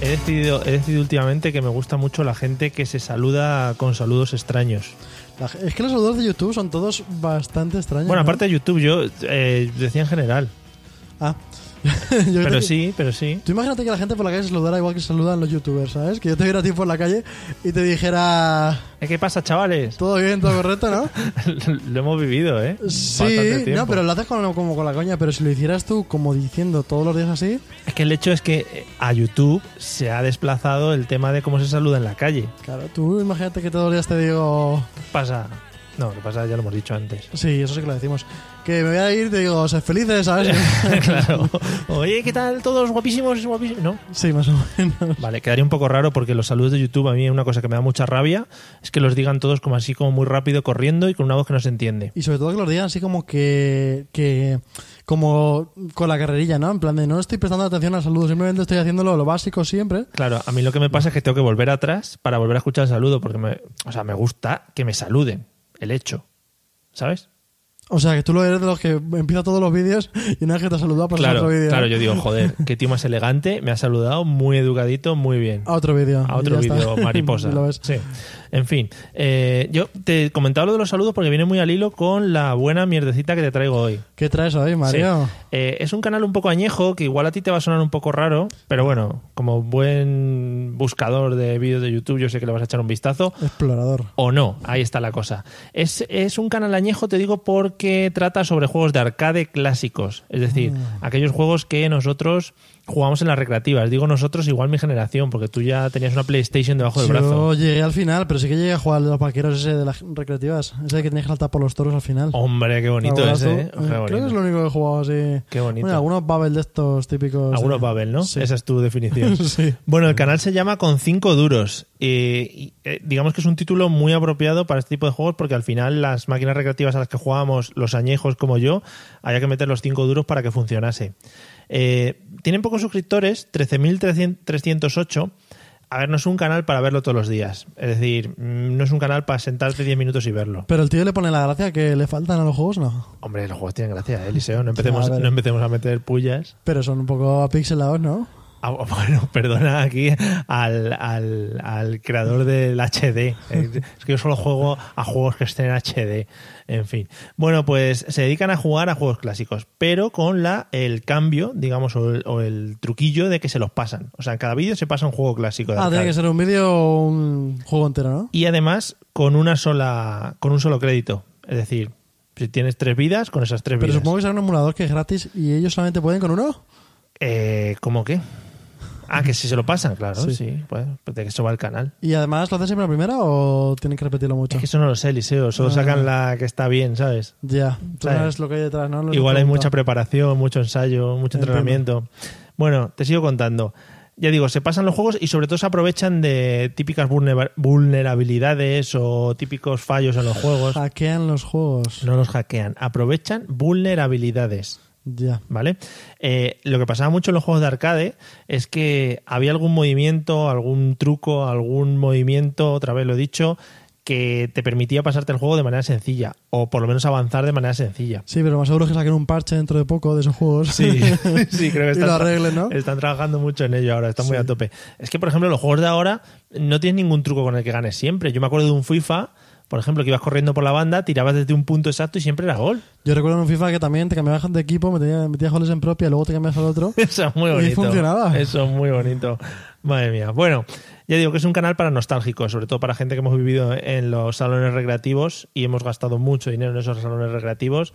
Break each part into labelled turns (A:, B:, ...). A: He decidido, he decidido últimamente que me gusta mucho la gente que se saluda con saludos extraños.
B: La- es que los saludos de YouTube son todos bastante extraños.
A: Bueno,
B: ¿no?
A: aparte de YouTube, yo eh, decía en general.
B: Ah. Yo creo
A: Pero
B: que-
A: sí, pero sí.
B: Tú imagínate que la gente por la calle se saludara igual que se saludan los youtubers, ¿sabes? Que yo te viera a ti por la calle y te dijera.
A: Eh, ¿Qué pasa, chavales?
B: Todo bien, todo correcto, ¿no?
A: lo hemos vivido, ¿eh? Bastante
B: Sí,
A: tiempo.
B: no, pero lo haces con- como con la coña. Pero si lo hicieras tú, como diciendo todos los días así,
A: Es que el hecho es que eh, a YouTube se ha desplazado el tema de cómo se saluda en la calle.
B: claro, tú imagínate que todos los días te digo.
A: ¿Qué pasa? No, ¿qué pasa? Ya lo hemos dicho antes.
B: Sí, eso sí que lo decimos. Que me voy a ir, te digo, sed felices, ¿sabes?
A: claro. Oye, ¿qué tal? Todos guapísimos, guapísimos. No,
B: sí, más o menos.
A: Vale, quedaría un poco raro porque los saludos de YouTube a mí una cosa que me da mucha rabia es que los digan todos como así como muy rápido, corriendo y con una voz que no se entiende.
B: Y sobre todo que los digan así como que, que como con la carrerilla, ¿no? En plan de no estoy prestando atención al saludo, simplemente estoy haciéndolo lo básico siempre.
A: Claro, a mí lo que me pasa es que tengo que volver atrás para volver a escuchar el saludo porque me, o sea, me gusta que me saluden, el hecho, ¿sabes?
B: O sea, que tú lo eres de los que empieza todos los vídeos y una vez que te ha saludado pasas a
A: Claro,
B: otro vídeo.
A: claro, yo digo, joder, qué tío más elegante, me ha saludado muy educadito, muy bien.
B: A otro vídeo.
A: A
B: Ah, y
A: otro
B: ya está.
A: vídeo, mariposa.
B: Y lo ves.
A: Sí. En fin, eh, yo te comentaba lo de los saludos porque viene muy al hilo con la buena mierdecita que te traigo hoy.
B: ¿Qué traes hoy, Mario?
A: Sí. Eh, es un canal un poco añejo que igual a ti te va a sonar un poco raro, pero bueno, como buen buscador de vídeos de YouTube, yo sé que le vas a echar un vistazo.
B: Explorador.
A: O no, ahí está la cosa. Es, es un canal añejo, te digo, porque trata sobre juegos de arcade clásicos. Es decir,
B: Ah.
A: aquellos juegos que nosotros jugamos en las recreativas. Digo nosotros, igual mi generación, porque tú ya tenías una PlayStation debajo del
B: yo
A: brazo.
B: llegué al final, pero sí que llegué a jugar al de los vaqueros ese de las recreativas. Ese que tenías que saltar por los toros al final.
A: Hombre, Oh, qué bonito
B: ¿Algunas
A: ese,
B: tú?
A: ¿eh? Qué
B: Creo que
A: bonito.
B: es lo único que he jugado así.
A: Qué bonito.
B: Bueno, algunos Babel de estos típicos.
A: Algunos
B: eh.
A: Babel, ¿no?
B: Sí.
A: Esa es tu definición.
B: Sí.
A: Bueno, el canal se llama Con 5 duros. Eh, y, eh, digamos que es un título muy apropiado para este tipo de juegos porque al final las máquinas recreativas a las que jugábamos, los añejos como yo, había que meter los 5 duros para que funcionase. Eh, tienen pocos suscriptores, 13.308. A ver, no es un canal para verlo todos los días. Es decir, mm, no es un canal para sentarte 10 minutos y verlo.
B: Pero el tío le pone la gracia que le faltan a los juegos, no.
A: Hombre, los juegos tienen gracia, ¿eh, Eliseo. No empecemos,
B: A ver.
A: no empecemos a meter pullas.
B: Pero son un poco pixelados, ¿no?
A: Ah, bueno, perdona aquí al, al- al creador del HD. Eh, Es que yo solo juego a juegos que estén en HD. En fin. Bueno, pues se dedican a jugar a juegos clásicos, pero con la el cambio, digamos, o el, o el truquillo de que se los pasan. O sea, en cada vídeo se pasa un juego clásico. de
B: Ah, tiene
A: arcade.
B: que ser un vídeo o un juego entero, ¿no?
A: Y además con una sola, con un solo crédito. Es decir, si tienes tres vidas, con esas tres
B: Pero
A: vidas.
B: supongo que será un emulador que es gratis y ellos solamente pueden con uno.
A: Eh, ¿Cómo qué? Ah, que si se lo pasan, claro, sí.
B: Sí.
A: pues, pues de que eso va el canal.
B: ¿Y además lo hacen siempre a la primera o tienen que repetirlo mucho?
A: Es que eso no lo sé, Eliseo. Solo sacan la que está bien, ¿sabes?
B: Ya, tú
A: ¿Sabes?
B: sabes lo que hay detrás, ¿no? Lo
A: Igual hay
B: pregunta.
A: mucha preparación, mucho ensayo, mucho
B: Entiendo.
A: entrenamiento. Bueno, te sigo contando. Ya digo, se pasan los juegos y sobre todo se aprovechan de típicas vulnera- vulnerabilidades o típicos fallos en los juegos.
B: Hackean los juegos.
A: No los hackean, aprovechan vulnerabilidades.
B: Ya.
A: ¿vale? Eh, lo que pasaba mucho en los juegos de arcade es que había algún movimiento, algún truco, algún movimiento, otra vez lo he dicho, que te permitía pasarte el juego de manera sencilla, o por lo menos avanzar de manera sencilla.
B: Sí, pero lo más seguro es que saquen un parche dentro de poco de esos juegos.
A: Sí, sí, creo que
B: y
A: están,
B: lo arreglen, ¿no?
A: están trabajando mucho en ello ahora, están muy a tope. Es que, por ejemplo, los juegos de ahora no tienes ningún truco con el que ganes siempre. Yo me acuerdo de un FIFA, por ejemplo, que ibas corriendo por la banda, tirabas desde un punto exacto y siempre era gol.
B: Yo recuerdo en un FIFA que también te cambiabas de equipo, me tenía- metías goles en propia, luego te cambias al otro.
A: Eso es muy
B: Y
A: bonito.
B: funcionaba.
A: Eso es muy bonito. Madre mía. Bueno, ya digo que es un canal para nostálgicos, sobre todo para gente que hemos vivido en los salones recreativos y hemos gastado mucho dinero en esos salones recreativos.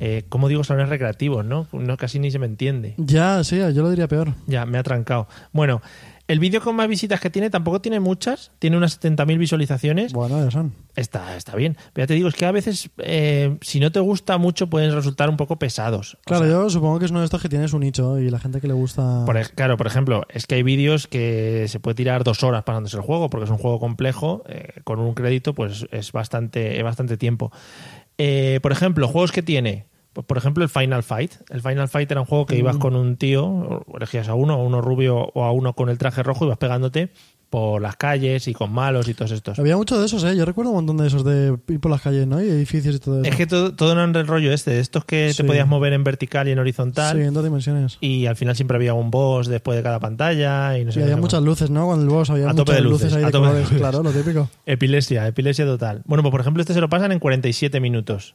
A: eh, ¿cómo digo salones recreativos, no? no? Casi ni se me entiende.
B: Ya, sí, yo lo diría peor.
A: Ya, me ha trancado. Bueno, el vídeo con más visitas que tiene tampoco tiene muchas, tiene unas 70.000 visualizaciones.
B: Bueno, ya son.
A: Está, está bien. Pero ya te digo, es que a veces, eh, si no te gusta mucho, pueden resultar un poco pesados. O
B: Claro,
A: sea,
B: yo supongo que es uno de estos que tiene su nicho y la gente que le gusta.
A: por, ej- claro, por ejemplo, es que hay vídeos que se puede tirar dos horas pasándose el juego, porque es un juego complejo, eh, con un crédito, pues es bastante, es bastante tiempo. Eh, por ejemplo, juegos que tiene. Pues, por ejemplo, el Final Fight. El Final Fight era un juego que
B: Mm.
A: ibas con un tío, o elegías a uno, a uno rubio o a uno con el traje rojo, y vas pegándote por las calles y con malos y todos estos.
B: Había muchos de esos, ¿eh? Yo recuerdo un montón de esos de ir por las calles, ¿no? Y edificios y todo eso.
A: Es que todo, todo era el rollo este, de estos que
B: Sí.
A: te podías mover en vertical y en horizontal.
B: Sí, en dos dimensiones.
A: Y al final siempre había un boss después de cada pantalla y no sé
B: Y
A: qué,
B: había
A: no sé
B: muchas
A: cuánto.
B: luces, ¿no? Cuando el boss había
A: A tope
B: muchas
A: de luces,
B: ahí
A: a
B: de
A: tope de
B: colores,
A: luces.
B: claro, lo típico.
A: Epilepsia, epilepsia total. Bueno, pues por ejemplo, este se lo pasan en 47 minutos.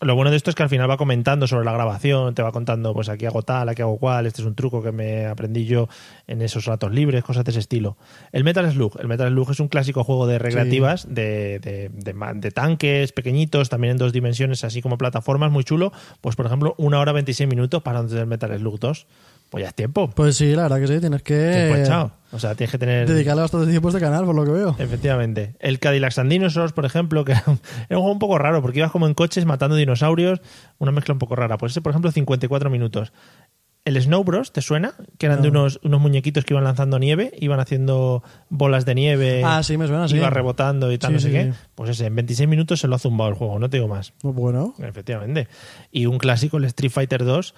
A: Lo bueno de esto es que al final va comentando sobre la grabación, te va contando, pues aquí hago tal, aquí hago cual, este es un truco que me aprendí yo en esos ratos libres, cosas de ese estilo. El Metal Slug, el Metal Slug es un clásico juego de recreativas, de, de- de ma- de tanques pequeñitos, también en dos dimensiones, así como plataformas, muy chulo. Pues por ejemplo, una hora 26 minutos para antes del Metal Slug 2. Pues ya es tiempo,
B: Pues sí, la verdad que sí, tienes que
A: tiempo echado. O sea, tienes que tener...
B: dedicarle bastante tiempo a este canal, por lo que veo.
A: Em- Efectivamente. El Cadillac and Dinosaurs, por ejemplo, que era un era un juego un poco raro, porque ibas como en coches matando dinosaurios, una mezcla un poco rara. Pues ese, por ejemplo, 54 minutos. El Snow Bros, ¿te suena? Que eran de unos, unos muñequitos que iban lanzando nieve, iban haciendo bolas de nieve.
B: Ah, sí, me suena, sí.
A: Iba rebotando y tal,
B: Sí,
A: no sé
B: sí,
A: qué.
B: sí.
A: Pues ese, en 26 minutos se lo ha zumbado el juego, no te digo más.
B: Pues Bueno,
A: Efectivamente. Y un clásico, el Street Fighter 2.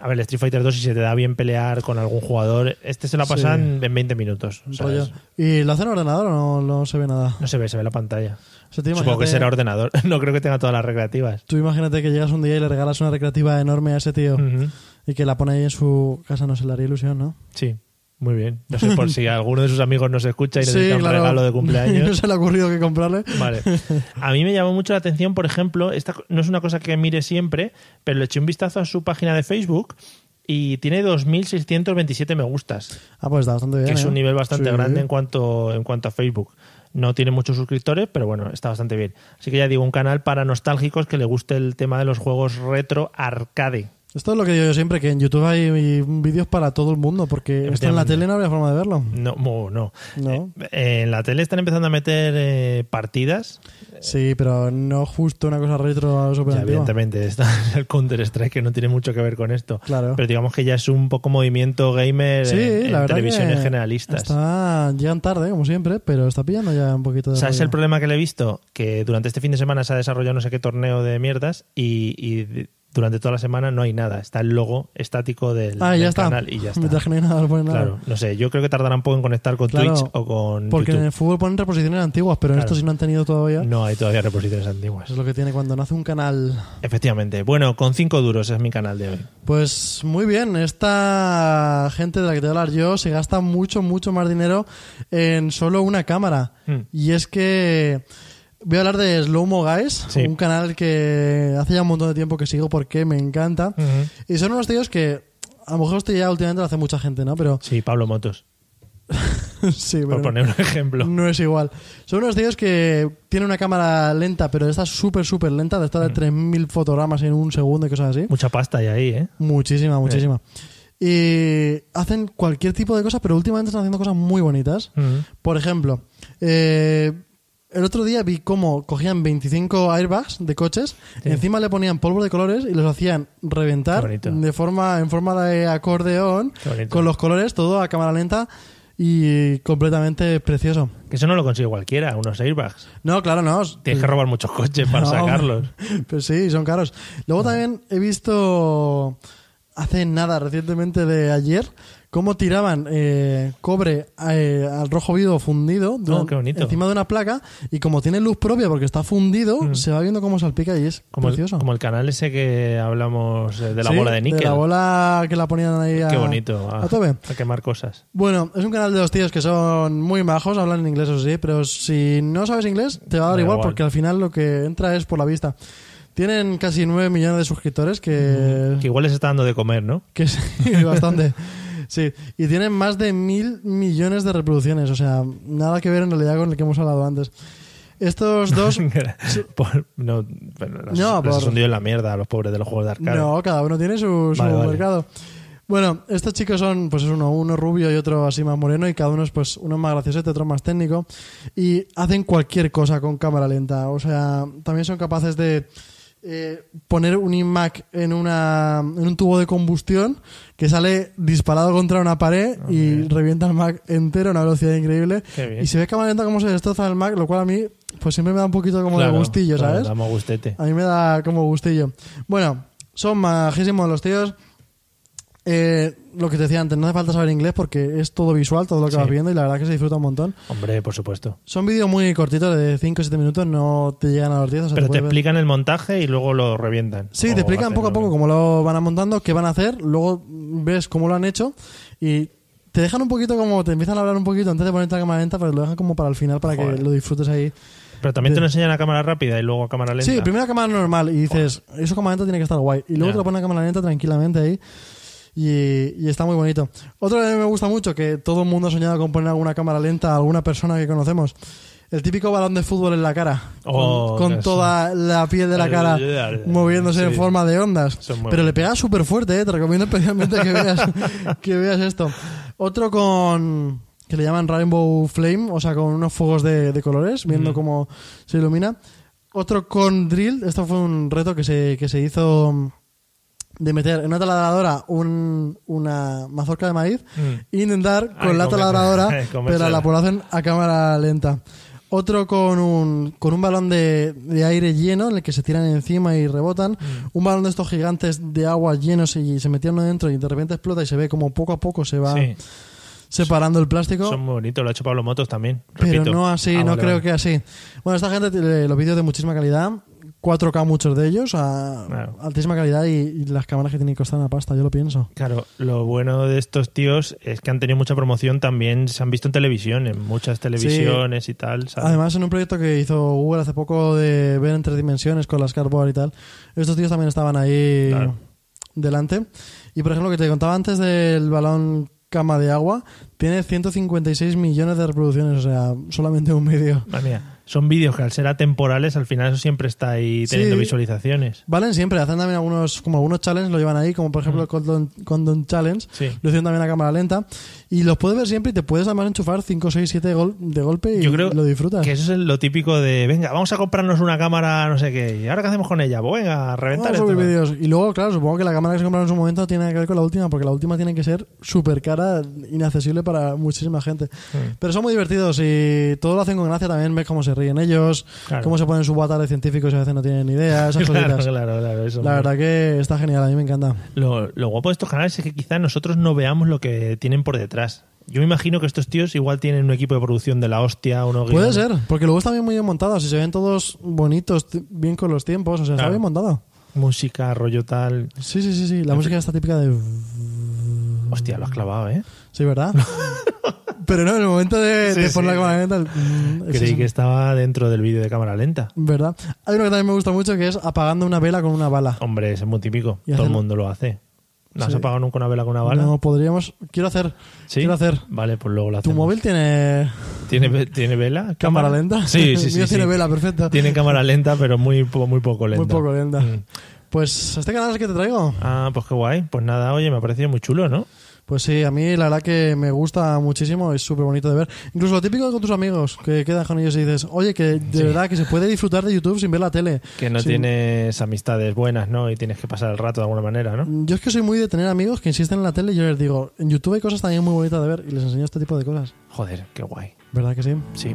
A: A ver, el Street Fighter 2, si se te da bien pelear con algún jugador, este se lo pasan en 20 minutos. O sea,
B: rollo.
A: es-
B: ¿Y lo hace en ordenador o no, no se ve nada?
A: no se ve, se ve la pantalla.
B: O sea, tú
A: Supongo que
B: imagínate-
A: será ordenador. No creo que tenga todas las recreativas.
B: Tú imagínate que llegas un día y le regalas una recreativa enorme a ese tío
A: Ujú.
B: y que la pone ahí en su casa, no se le haría ilusión, ¿no?
A: Sí, muy bien. No sé por si alguno de sus amigos nos escucha y necesita un regalo de
B: no
A: cumpleaños.
B: se le ha ocurrido que comprarle.
A: Vale. A mí me llamó mucho la atención, por ejemplo, esta co- no es una cosa que mire siempre, pero le eché un vistazo a su página de Facebook y tiene 2.627 me gustas,
B: Ah, pues está bastante bien.
A: que es
B: ¿eh?
A: un nivel bastante
B: Sí.
A: grande en cuanto, en cuanto a Facebook. No tiene muchos suscriptores, pero bueno, está bastante bien. Así que ya digo, un canal para nostálgicos que le guste el tema de los juegos retro arcade.
B: Esto es lo que digo yo siempre, que en YouTube hay hay vídeos para todo el mundo, porque esto en la
A: Efectivamente.
B: tele no habría forma de verlo.
A: No, mo- no.
B: No.
A: Eh, eh, en la tele están empezando a meter eh, partidas.
B: Sí, pero no justo una cosa retro super
A: Eh. Ya,
B: antigua.
A: evidentemente, está el Counter-Strike que no tiene mucho que ver con esto.
B: Claro.
A: Pero digamos que ya es un poco movimiento gamer
B: Sí,
A: en, en
B: la verdad
A: televisiones
B: que
A: generalistas.
B: Está, llegan tarde, como siempre, pero está pillando ya un poquito de.
A: ¿Sabes
B: rollo.
A: el problema que le he visto? Que durante este fin de semana se ha desarrollado no sé qué torneo de mierdas y, y d- durante toda la semana no hay nada. Está el logo estático del,
B: Ah, y
A: del
B: ya está.
A: canal y ya está.
B: Mientras que no hay nada, no ponen nada.
A: Claro, no sé, yo creo que tardarán poco en conectar con
B: Claro,
A: Twitch o con
B: Porque en
A: YouTube.
B: el fútbol ponen reposiciones antiguas, pero en
A: Claro.
B: esto sí no han tenido todavía.
A: No hay todavía reposiciones antiguas.
B: Eso es lo que tiene cuando nace un canal.
A: Efectivamente. Bueno, con cinco duros es mi canal de hoy.
B: Pues muy bien, esta gente de la que te voy a hablar yo se gasta mucho, mucho más dinero en solo una cámara.
A: Hmm.
B: Y es que voy a hablar de Slow Mo Guys,
A: Sí.
B: un canal que hace ya un montón de tiempo que sigo porque me encanta. Y son unos tíos que a lo mejor esto ya últimamente lo hace mucha gente, ¿no? Pero
A: Sí, Pablo Motos,
B: sí,
A: por
B: pero-
A: poner un ejemplo.
B: No es igual. Son unos tíos que tienen una cámara lenta, pero está súper, súper lenta, de estar
A: Hmm.
B: de 3.000 fotogramas en un segundo y cosas así.
A: Mucha pasta hay ahí, ¿eh?
B: Muchísima, muchísima. Y hacen cualquier tipo de cosas, pero últimamente están haciendo cosas muy bonitas.
A: Ujú.
B: Por ejemplo, eh, el otro día vi cómo cogían 25 airbags de coches, encima le ponían polvo de colores y los hacían
A: Qué
B: reventar
A: bonito.
B: de forma, en forma de acordeón,
A: Qué bonito.
B: con los colores, todo a cámara lenta y completamente precioso.
A: Que eso no lo consigue cualquiera, unos airbags.
B: No, claro, no.
A: Tienes que robar muchos coches para
B: No,
A: sacarlos. Ah.
B: Pues sí, son caros. Luego también he visto hace nada, recientemente de ayer, cómo tiraban eh, cobre eh, al rojo vivo fundido durante-
A: Ah, qué bonito.
B: encima de una placa y como tiene luz propia porque está fundido, se va viendo cómo salpica y es
A: Mm. Como el,
B: precioso.
A: como el canal ese que hablamos eh, de la
B: Sí,
A: bola de níquel.
B: la bola que la ponían ahí a,
A: Qué bonito. A,
B: a tope.
A: a quemar cosas.
B: Bueno, es un canal de los tíos que son muy majos, hablan en inglés, eso sí, pero si no sabes inglés, te va a dar
A: Da
B: igual,
A: igual.
B: porque al final lo que entra es por la vista. Tienen casi 9 millones de suscriptores, que,
A: Que igual les está dando de comer, ¿no?
B: que es bastante. Sí, y tienen más de mil millones de reproducciones, o sea, nada que ver en realidad con el que hemos hablado antes. Estos dos.
A: Por- no, bueno, las-
B: No,
A: las has
B: por-
A: hundido en la mierda a los pobres de los juegos de arcade.
B: No, cada uno tiene su, su
A: Vale, vale.
B: mercado. Bueno, estos chicos son, pues es uno, uno rubio y otro así más moreno, y cada uno es pues uno más graciosete, otro más técnico, y hacen cualquier cosa con cámara lenta. O sea, también son capaces de eh, poner un iMac en una en un tubo de combustión que sale disparado contra una pared y revienta el Mac entero a una velocidad increíble.
A: Oh, Qué bien.
B: Y se ve cámara lenta cómo se destroza el Mac, lo cual a mí pues siempre me da un poquito como
A: Claro,
B: de gustillo,
A: claro,
B: ¿sabes? Ah.
A: damos gustete.
B: A mí me da como gustillo. Bueno, son majísimos los tíos. Eh, lo que te decía antes, no hace falta saber inglés porque es todo visual, todo lo que
A: Sí.
B: vas viendo y la verdad que se disfruta un montón.
A: Hombre, por supuesto.
B: Son vídeos muy cortitos de 5 o 7 minutos, no te llegan a los 10. o sea,
A: Pero te
B: puedes ver-
A: explican el montaje y luego lo revientan. Oh,
B: Sí,
A: O
B: te explican
A: hacen
B: poco a poco
A: un-
B: cómo lo van a montando, qué van a hacer, luego ves cómo lo han hecho y te dejan un poquito como, te empiezan a hablar un poquito antes de ponerte la cámara lenta, pero lo dejan como para el final para
A: Joder.
B: que lo disfrutes ahí.
A: Pero también te
B: de-
A: lo enseñan a cámara rápida y luego a cámara lenta.
B: Sí, primero cámara normal y dices, eso cámara lenta tiene que estar guay. Y luego
A: Ya.
B: te lo ponen a cámara lenta tranquilamente ahí. Y, y está muy bonito. Otro que me gusta mucho, que todo el mundo ha soñado con poner alguna cámara lenta a alguna persona que conocemos. El típico balón de fútbol en la cara.
A: Oh,
B: con
A: eso.
B: con toda la piel de la cara moviéndose en
A: Sí.
B: forma de ondas.
A: Son muy
B: Pero le
A: bonitos.
B: pega súper fuerte, ¿eh? te recomiendo especialmente que veas, que veas esto. Otro con que le llaman Rainbow Flame, o sea, con unos fuegos de, de colores,
A: Mm.
B: viendo cómo se ilumina. Otro con Drill, esto fue un reto que se, que se hizo de meter en una taladradora un- una mazorca de maíz
A: Mm.
B: e intentar
A: Ay,
B: con la
A: comer-
B: taladradora, pero a
A: comérsela.
B: la lo hacen a cámara lenta. Otro con un, con un balón de, de aire lleno en el que se tiran encima y rebotan.
A: Mm.
B: Un balón de estos gigantes de agua llenos y se metieron dentro y de repente explota y se ve como poco a poco se va
A: Sí,
B: separando el plástico.
A: son muy bonitos. Lo ha hecho Pablo Motos también.
B: pero
A: repito.
B: no así,
A: Ah,
B: no
A: vale,
B: creo
A: vale.
B: que así. Bueno, esta gente tiene los vídeos de muchísima calidad. 4K muchos de ellos, a
A: Claro.
B: altísima calidad y, y las cámaras que tienen que costar una pasta, yo lo pienso.
A: Claro, lo bueno de estos tíos es que han tenido mucha promoción también. Se han visto en televisión, en muchas televisiones y tal. ¿sabes?
B: Además, en un proyecto que hizo Google hace poco de ver en tres dimensiones con las cardboard y tal, estos tíos también estaban ahí
A: Claro.
B: delante. Y por ejemplo, lo que te contaba antes del balón cama de agua, tiene 156 millones de reproducciones, o sea, solamente un vídeo.
A: Madre mía, son vídeos que al ser atemporales, al final eso siempre está ahí teniendo
B: Sí.
A: visualizaciones.
B: Valen siempre, hacen también algunos, como algunos challenges, lo llevan ahí, como por ejemplo el Condom, Condom Challenge,
A: Mm. Sí.
B: lo hacen también a cámara lenta, y los puedes ver siempre y te puedes además enchufar 5, 6, 7 gol- de golpe y
A: Yo creo
B: lo disfrutas.
A: Que eso es lo típico de, venga, vamos a comprarnos una cámara, no sé qué, y ahora qué hacemos con ella, pues venga, a reventar
B: Vamos a
A: esto.
B: subir vídeos. Y luego, claro, supongo que la cámara que se compraron en su momento tiene que ver con la última, porque la última tiene que ser súper cara, inaccesible para muchísima gente. Pero son muy divertidos y todo lo hacen con gracia también. Ves cómo se ríen ellos,
A: Claro.
B: cómo se ponen su bata de científicos y a veces no tienen ni idea, esas
A: Claro,
B: cositas.
A: claro, claro, eso.
B: La verdad que está genial, a mí me encanta.
A: Lo, lo guapo de estos canales es que quizá nosotros no veamos lo que tienen por detrás. Yo me imagino que estos tíos igual tienen un equipo de producción de la hostia, uno
B: Puede ser, porque luego están bien muy bien montados y se ven todos bonitos, t- bien con los tiempos, o sea, está
A: Claro.
B: bien montado.
A: Música, rollo tal.
B: Sí, sí, sí, sí. La música está típica de... Mm.
A: Hostia, lo has clavado, ¿eh?
B: Sí, ¿verdad? Pero no, en el momento de,
A: Sí,
B: de poner
A: sí.
B: la cámara lenta... el- ese
A: Creí
B: es-
A: que estaba dentro del vídeo de cámara lenta.
B: ¿Verdad? Hay uno que también me gusta mucho que es apagando una vela con una bala.
A: Hombre, ese es muy típico.
B: Y
A: Todo el
B: hacen-
A: mundo lo hace. ¿No has
B: Sí.
A: apagado nunca una vela con una bala?
B: No, podríamos. Quiero hacer.
A: ¿Sí?
B: Quiero hacer.
A: Vale, pues luego lo
B: ¿Tu
A: hacemos.
B: móvil tiene
A: ¿Tiene, ve- tiene vela?
B: cámara lenta?
A: Sí, sí,
B: El
A: sí.
B: mío
A: sí.
B: tiene vela, perfecto.
A: Tiene cámara lenta, pero muy, po- muy poco lenta.
B: Muy poco lenta.
A: Mm.
B: Pues, ¿este canal es el que te traigo?
A: Ah, pues qué guay. Pues nada, oye, me ha parecido muy chulo, ¿no?
B: Pues sí, a mí la verdad que me gusta muchísimo, es súper bonito de ver. Incluso lo típico con tus amigos, que quedas con ellos y dices, oye, que de verdad que se puede disfrutar de YouTube sin ver la tele.
A: Que no
B: Sin-
A: tienes amistades buenas, ¿no? Y tienes que pasar el rato de alguna manera, ¿no?
B: Yo es que soy muy de tener amigos que insisten en la tele y yo les digo, en YouTube hay cosas también muy bonitas de ver y les enseño este tipo de cosas.
A: Joder, qué guay.
B: ¿Verdad que sí?
A: Sí.